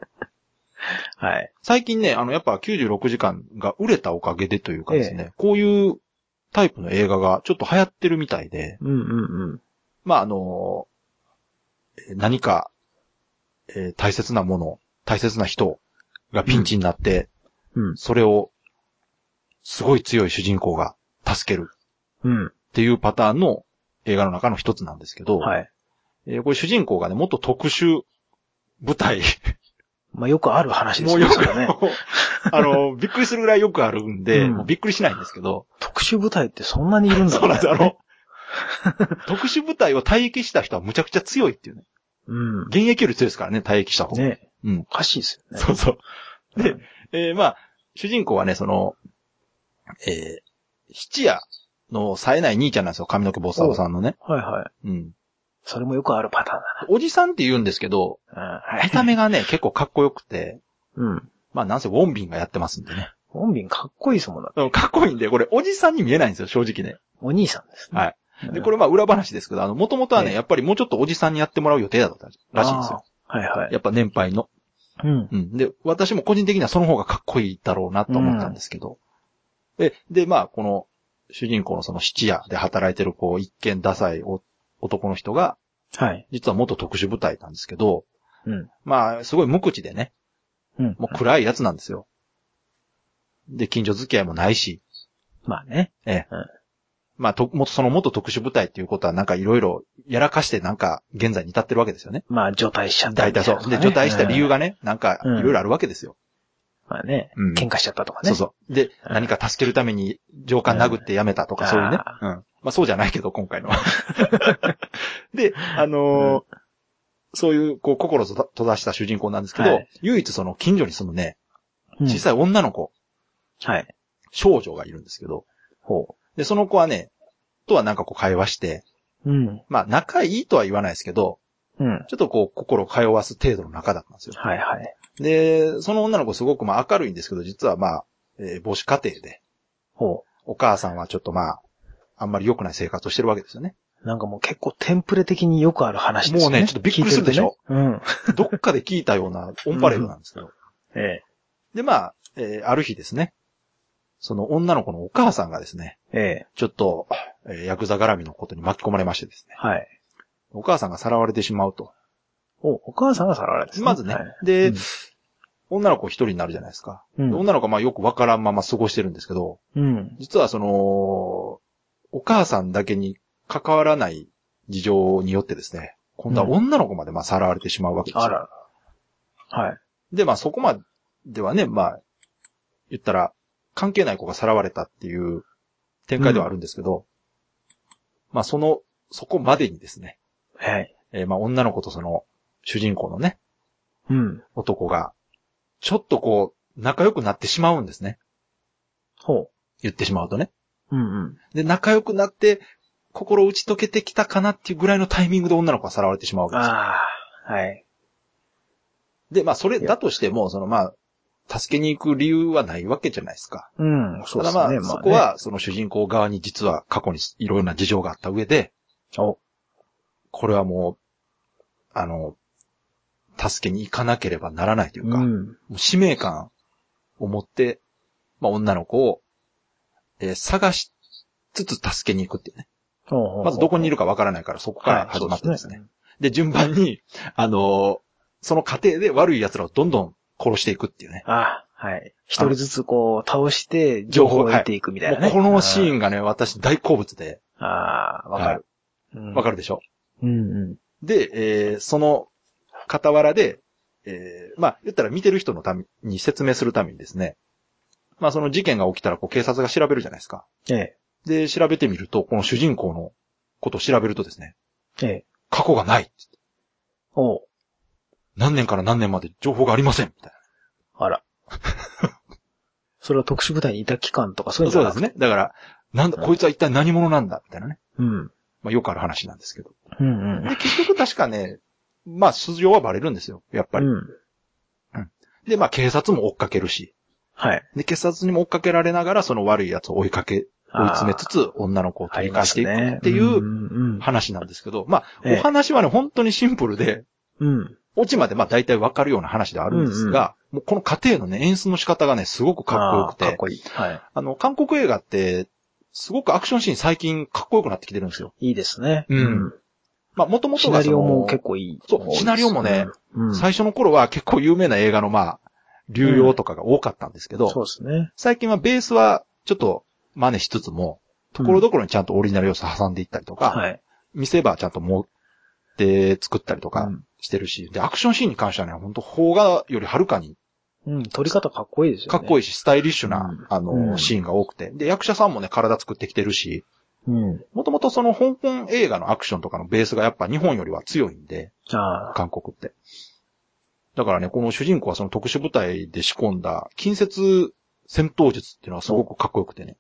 S1: はい。
S2: 最近ね、あの、やっぱ96時間が売れたおかげでというかですね、こういうタイプの映画がちょっと流行ってるみたいで、
S1: うんうんうん。
S2: まあ、あの、えー何か、えー大切なもの、大切な人がピンチになって、
S1: うん。
S2: それを、すごい強い主人公が助ける
S1: うん。
S2: っていうパターンの映画の中の一つなんですけど、
S1: はい。
S2: えーこれ主人公がね、もっと特殊
S1: *laughs*
S2: 舞台、
S1: まあ、よくある話です
S2: もう
S1: けど
S2: よく、
S1: ね。
S2: あの、 *laughs* びっくりするぐらいよくあるんで、
S1: うん
S2: もうびっくりしないんですけど、
S1: 特殊部隊ってそんなにいるんだ
S2: そうなんです、あの
S1: ね。、
S2: 特殊部隊を退役した人はむちゃくちゃ強いっていうね。
S1: うん。
S2: 現役より強いですからね、退役した方が。
S1: ね
S2: うん
S1: おかしいですよね。
S2: そうそう。で
S1: うん、
S2: えーまあ、主人公はね、その、えー七夜の冴えない兄ちゃんなんですよ、髪の毛ボッサボさんのね。
S1: はいはい。
S2: うん。
S1: それもよくあるパターン
S2: おじさんって言うんですけ *laughs* ど、
S1: だな。うん。は
S2: 見
S1: い。
S2: た目がね、結構かっこよくて、
S1: うん。
S2: まあなんせウォンビンがやってますんでね。
S1: ボンビンかっこいいですもんだって。
S2: うんかっこいいんで、これおじさんに見えないんですよ、正直ね。
S1: お兄さんですね。
S2: はい
S1: うん。
S2: で、これまあ裏話ですけど、あの、もともとはね、
S1: ええ
S2: やっぱりもうちょっとおじさんにやってもらう予定だったらしいんですよ。
S1: あー。はいはい。
S2: やっぱ年配の。
S1: うん。
S2: うん。で、私も個人的にはその方がかっこいいだろうなと思ったんですけど。で、で、まあ、この、主人公のその七夜で働いてる、こう、一見ダサいお男の人が、
S1: はい。
S2: 実は元特殊部隊なんですけど、
S1: うん。
S2: まあ、すごい無口でね、
S1: うん。
S2: もう暗いやつなんですよ。で、近所付き合いもないし、
S1: まあね。
S2: まあ、と、も、その元特殊部隊っていうことはなんかいろいろやらかしてなんか現在に至ってるわけですよね。
S1: まあ、除隊しちゃった
S2: 大
S1: みた
S2: 体
S1: いな
S2: そう。で、除隊した理由
S1: が。
S2: がね、なんかいろいろあるわけですよ。
S1: うんまあね
S2: うん。
S1: 喧嘩しちゃったとかね。
S2: そうそう。で、
S1: うん
S2: 何か助けるために上官殴ってやめたと
S1: う
S2: か
S1: ん
S2: そういうね
S1: あ。
S2: うん。まあそうじゃないけど、今回の
S1: *laughs*
S2: は。で、あのーそういう、こう、心と閉ざした主人公なんですけど、
S1: はい
S2: 唯一その近所に住むね、
S1: うん。
S2: 小さい女の子、
S1: はい。
S2: 少女がいるんですけど、
S1: ほ
S2: で、その子はね、とはなんかこう会話して、
S1: う。うん。
S2: まあ仲いいとは言わないですけど、
S1: うん。
S2: ちょっとこう、心を通わす程度の仲だったんですよ。
S1: はいはい。
S2: で、その女の子すごくまあ明るいんですけど、実はまあ、えー母子家庭で、
S1: ほ
S2: お母さんはちょっとまあ、あんまり良くない生活をしてるわけですよね。
S1: う。なんかもう結構テンプレ的によくある話ですよね。
S2: もうねちょっとびっくりするでしょ
S1: 聞いてるとね。
S2: どっかで聞いたよ
S1: *laughs*
S2: うなオンパレードなんですけど。
S1: うん。ええ。
S2: でまあ、えーある日ですね、その女の子のお母さんがですね、
S1: ええ。
S2: ちょっと、えーヤクザ絡みのことに巻き込まれましてですね、
S1: はい。
S2: お母さんがさらわれてしまうと。
S1: お、お母さんがさらわれて
S2: まずね、
S1: はい
S2: で、
S1: うん
S2: 女の子一人になるじゃないですか。
S1: う
S2: で
S1: ん。
S2: 女の子はまあよくわからんまま過ごしてるんですけど、
S1: うん。
S2: 実はその、お母さんだけに関わらない事情によってですね、今度は女の子までまあさらわれてしまうわけですよ。
S1: あらら。はい。
S2: で、まあそこまではね、まあ、言ったら、関係ない子がさらわれたっていう展開ではあるんですけど、まあその、そこまでにですね、
S1: はい。
S2: えーまあ女の子とその、主人公のね、
S1: うん。
S2: 男が、ちょっとこう、仲良くなってしまうんですね。
S1: ほ
S2: 言ってしまうとね。
S1: う。うんうん。
S2: で、仲良くなって、心打ち解けてきたかなっていうぐらいのタイミングで女の子がさらわれてしまうわけですよ。
S1: ああ、はい。
S2: で、まあそれだとしても、そのまあ、助けに行く理由はないわけじゃないですか。
S1: うん、そうで
S2: た
S1: す
S2: だ
S1: ね。
S2: まあ、
S1: ね
S2: そこ、は、その主人公側に実は過去にいろいろな事情があった上で、
S1: お、
S2: これはもう、あの、助けに行かなければならないという
S1: う
S2: か、も
S1: ん。
S2: う使命感を持って、まあ女の子を、えー探しつつ助けに行くっていうね。ま
S1: ま
S2: ずどこにい
S1: る
S2: るかわからないからそこから始まってですね。
S1: はいそう
S2: で、順番に、あのーその過程で悪い奴らをどんどん殺していくっていうね。
S1: ああ、はい。一人ずつこう、倒して、情報を得ていくみたいな
S2: も
S1: ね。
S2: うこのシーンがね、私大好物で、
S1: あー。ああ、わかる。うん
S2: わかるでしょ
S1: うんうん。
S2: で、えーその傍らで、えーまあ、言ったら見てる人のために説明するためにですね、まあ、その事件が起きたら、こう、警察が調べるじゃないですか。
S1: ええ、
S2: で、調べてみると、この主人公のことを調べるとですね、
S1: ええ。
S2: 過去がない。
S1: おう
S2: 何年から何年まで情報がありません。みたい
S1: あ
S2: *laughs*
S1: ら。それは特殊部隊にいた期間とかそうい
S2: な。
S1: うの
S2: そう
S1: じゃな
S2: で
S1: く
S2: す
S1: て
S2: ね。だから、なんだ、
S1: うん
S2: こいつは一体何者なんだみたいなね。
S1: うん。
S2: まあ、よくある話なんですけど。
S1: うんうん。
S2: で、結局確かね、まあ、素性はバレるんですよ。やっぱり。
S1: うん。
S2: で、まあ、警察も追っかけるし。
S1: はい。
S2: で、警察にも追っかけられながら、その悪い奴を追いかけ追い詰めつつ、女の子を取り返していくってい
S1: うん
S2: う
S1: うん
S2: 話なんですけど、まあ、
S1: ええ
S2: お話はね、本当にシンプルで、
S1: うん。うん。
S2: オチまでまあ大体わかるような話ではあるんですが、もうこの過程のね、演出の仕方がね、すごくかっこよく、
S1: あーかってこいい。は
S2: あの、韓国映画って、すごくアクションシーン最近かっこよくなってきてるんですよ。
S1: い。いいですね。
S2: うん。まあ、もとも
S1: シ
S2: と
S1: ナ
S2: がそ
S1: リオも
S2: の、
S1: 結構いい。
S2: そうシナリオもね、
S1: うん。
S2: 最初の頃は結構有名な映画のまあ、流用とかが多かったんですけど、
S1: そうですね。
S2: 最近はベースはちょっと真似しつつも、ところどころにちゃんとオリジナル要素挟んでいったりとか、
S1: はい。
S2: 見せ場ちゃんと持って作ったりと
S1: う
S2: か
S1: ん
S2: してるし、で、アクションシーンに関してはね、本当邦画よりはるかに
S1: うん、撮り方かっこいいですよね。
S2: かっこいいし、スタイリッシュな、
S1: うん
S2: あの、
S1: うん
S2: シーンが多くて、で、役者さんもね、体作ってきてるし、
S1: いい。うん。
S2: もともとその香港映画のアクションとかのベースがやっぱ日本よりは強いんで、
S1: ああ。
S2: 韓国って。だからね、この主人公はその特殊部隊で仕込んだ近接戦闘術っていうのはすごくかっこよくてね。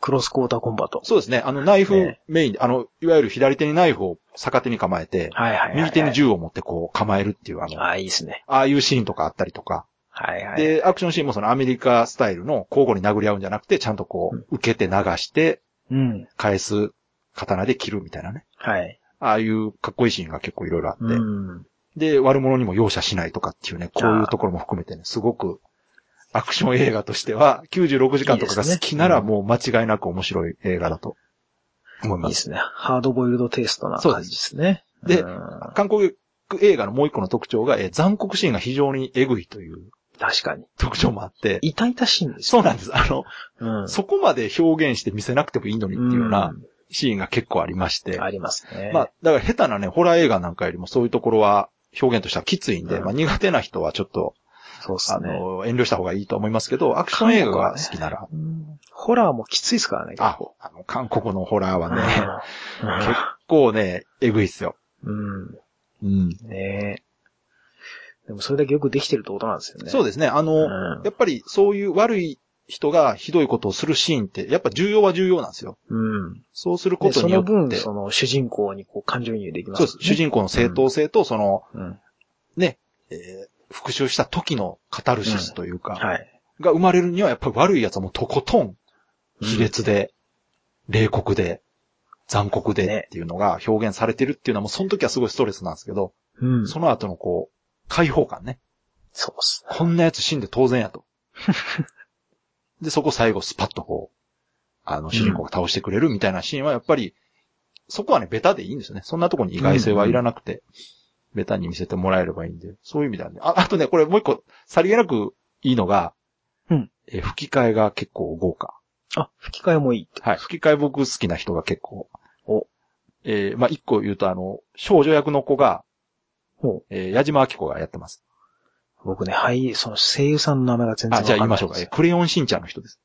S1: クロスクォーターコンバト。
S2: そうですね、あのナイフ
S1: ね
S2: メインで、あの、いわゆる左手にナイフを逆手に構えて、
S1: はいはいはいはい。
S2: 右手に銃を持ってこう構えるっていうあの、
S1: ああ、いいですね。
S2: ああいうシーンとかあったりとか。
S1: はいはい。
S2: で、アクションシーンもそのアメリカスタイルの交互に殴り合うんじゃなくて、ちゃんとこ
S1: うん
S2: う、受けて流して、
S1: うん。
S2: 返す刀で切るみたいなね。
S1: はい。
S2: ああいうかっこいいシーンが結構いろいろあっ
S1: う
S2: て。
S1: ん。
S2: で、悪者にも容赦しないとかっていうね、こういうところも含めてね、すごく、アクション映画としては、96時間とかが
S1: いいですね
S2: 好きならもう間違いなく面白い映画だと思い
S1: いい
S2: ま。
S1: ですすね。ハードボイルドテイストな感じですね。
S2: そうです
S1: うん
S2: 韓国映画のもう一個の特徴が、えー残酷シーンが非常にエグいという
S1: 確かに。
S2: 特徴もあって、
S1: 痛々しいんです
S2: そう
S1: よ。
S2: なんです。あの、
S1: うん。
S2: そこまで表現して見せなくてもいいのにっていうようなシーンが結構ありまして
S1: うん。、ありますね。
S2: まあ、だから下手なね、ホラー映画なんかよりもそういうところは表現としてはきついんで、
S1: うん
S2: まあ苦手な人はちょっと、
S1: そうです
S2: あ
S1: ね。
S2: の、遠慮した方がいいと思いますけど、アクション映画が好きなら、
S1: うんホラーもきついですからね。
S2: あ、あの、韓国のホラーはね、
S1: うん
S2: 結構ね、えぐいっすよ。
S1: うん。
S2: うん。
S1: ねえ。でもそれだけよくできてるってことなんですよね。
S2: そう
S1: で
S2: ですね。あの、
S1: うん
S2: やっぱりそういう悪い人がひどいことをするシーンって、やっぱ重要は重要なんですよ。
S1: す。うん。
S2: そうするこ
S1: で、
S2: と
S1: そ
S2: によ
S1: の
S2: って、
S1: 分、その主人公にこう感情移入できます
S2: そうです。主人公の正当性と、その、
S1: 公。うん。
S2: えー復讐した時のカタルシスというか、
S1: はい。
S2: が生まれるには、やっぱり悪い奴はもうとことん、卑劣で、冷酷で、残酷で
S1: ね
S2: っていうのが表現されてるっていうのはもうその時はすごいストレスなんですけど、
S1: うん。そ
S2: その後のこう、解放感ね。
S1: うっす。
S2: こんな奴死んで当然や
S1: *laughs*
S2: と。で、そこ最後スパッとこう、あの、主人公が倒してくれるみたいなシーンはやっぱり、そこはね、ベタでいいんですよね。そんなとこに意外性はいらなくて、ベタに見せてもらえればいいんで、そういう意味ではね。あ、あとね、これもう一個、さりげなくいいのが、
S1: うん
S2: えー吹き替えが結構豪華。
S1: あ、吹き替えもいいって。
S2: はい。吹き替え僕好きな人が結構。
S1: お
S2: えーまあ、一個言うとあの、少女役の子が、
S1: ほう。
S2: えー矢島明子がやってます。
S1: 僕ね、俳優、その声優さんの名前が全然
S2: あ、
S1: わ
S2: じゃ
S1: か
S2: あ
S1: んな
S2: 言
S1: い。
S2: いましょうか。えークレヨンしんちゃんの人です。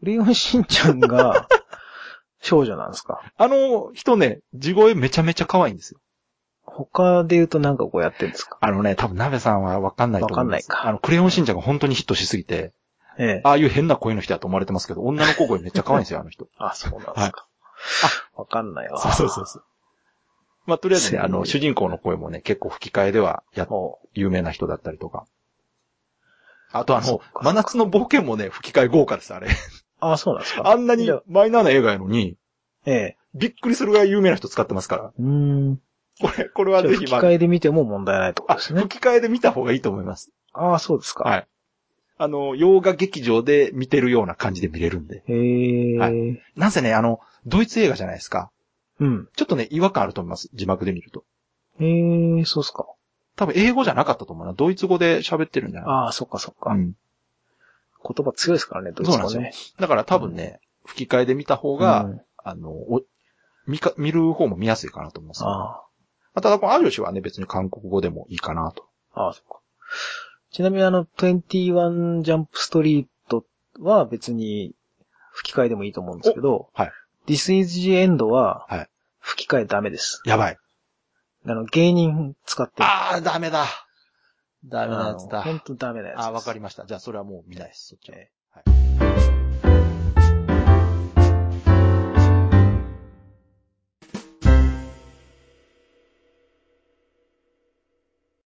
S1: クレヨンしんちゃんが、少女なんですか
S2: あの人ね、地声めちゃめちゃ可愛いんですよ。
S1: 他で言うとなんかこうやってるんですか
S2: あのね、多分鍋さんはわかんないと思います。
S1: わかんないか
S2: あの、クレヨンしんちゃんが本当にヒットしすぎて、
S1: ええ。
S2: ああいう変な声の人だと思われてますけど、女の子声めっちゃ可愛いんですよ、あ
S1: *laughs*
S2: の人。
S1: あ、そうなんですか。わかんないわ。
S2: うそう。まあ、とりあえずね、あ
S1: すご
S2: の、
S1: い
S2: 主人公の声もね、結構吹き替えでは、や、
S1: ほう。
S2: 有名な人だったりとか。あとあ
S1: そっ
S2: の
S1: かそっ、か
S2: 真夏の冒険もね、吹き替え豪華です、あれ。
S1: あ、そうなんですか
S2: あんなにマイナーな映画やのに、
S1: ええ。
S2: びっくりするぐらい有名な人使ってますから。
S1: うーん。
S2: これ、これは
S1: じゃあ
S2: ぜ
S1: 吹
S2: ひ、
S1: き
S2: まあ
S1: 替、えで見ても問題ないってこと
S2: あ
S1: ですね。
S2: 吹き替えで見た方がいいと思います。
S1: ああ、そうですか。
S2: はいあの、洋画劇場で見てるような感じで見れるんで。
S1: へえ、
S2: はなんせね、あの、ドイツ映画じゃないですか。
S1: うん。
S2: ちょっとね、違和感あると思います。字幕で見ると。
S1: へえ、そうっすか。
S2: 多分英語じゃなかったと思うな。ドイツ語で喋ってるんじゃない
S1: ああ、そっかそっか。
S2: うん。
S1: 言葉強いですからね、ドイツ語ね。
S2: だから多分ね、吹き替えで見た方
S1: う
S2: が、
S1: ん
S2: あの、お見か、見る方も見やすいかなと思います。
S1: あ
S2: まあただ、このアジョシはね、別に韓国語でもいいかなと。
S1: あ、ああ、そっか。ちなみにあの、21ジャンプストリートは別に吹き替えでもいいと思うんですけど、
S2: おはい。
S1: This is the end は
S2: はい、
S1: 吹き替えダメです。
S2: やばい。
S1: あの、芸人使ってる
S2: ああ、ダメだ。ダメなやつだ。
S1: 本当ダメなやつです。
S2: ああ、わかりました。じゃあ、それはもう見ないです。そっちは
S1: ええ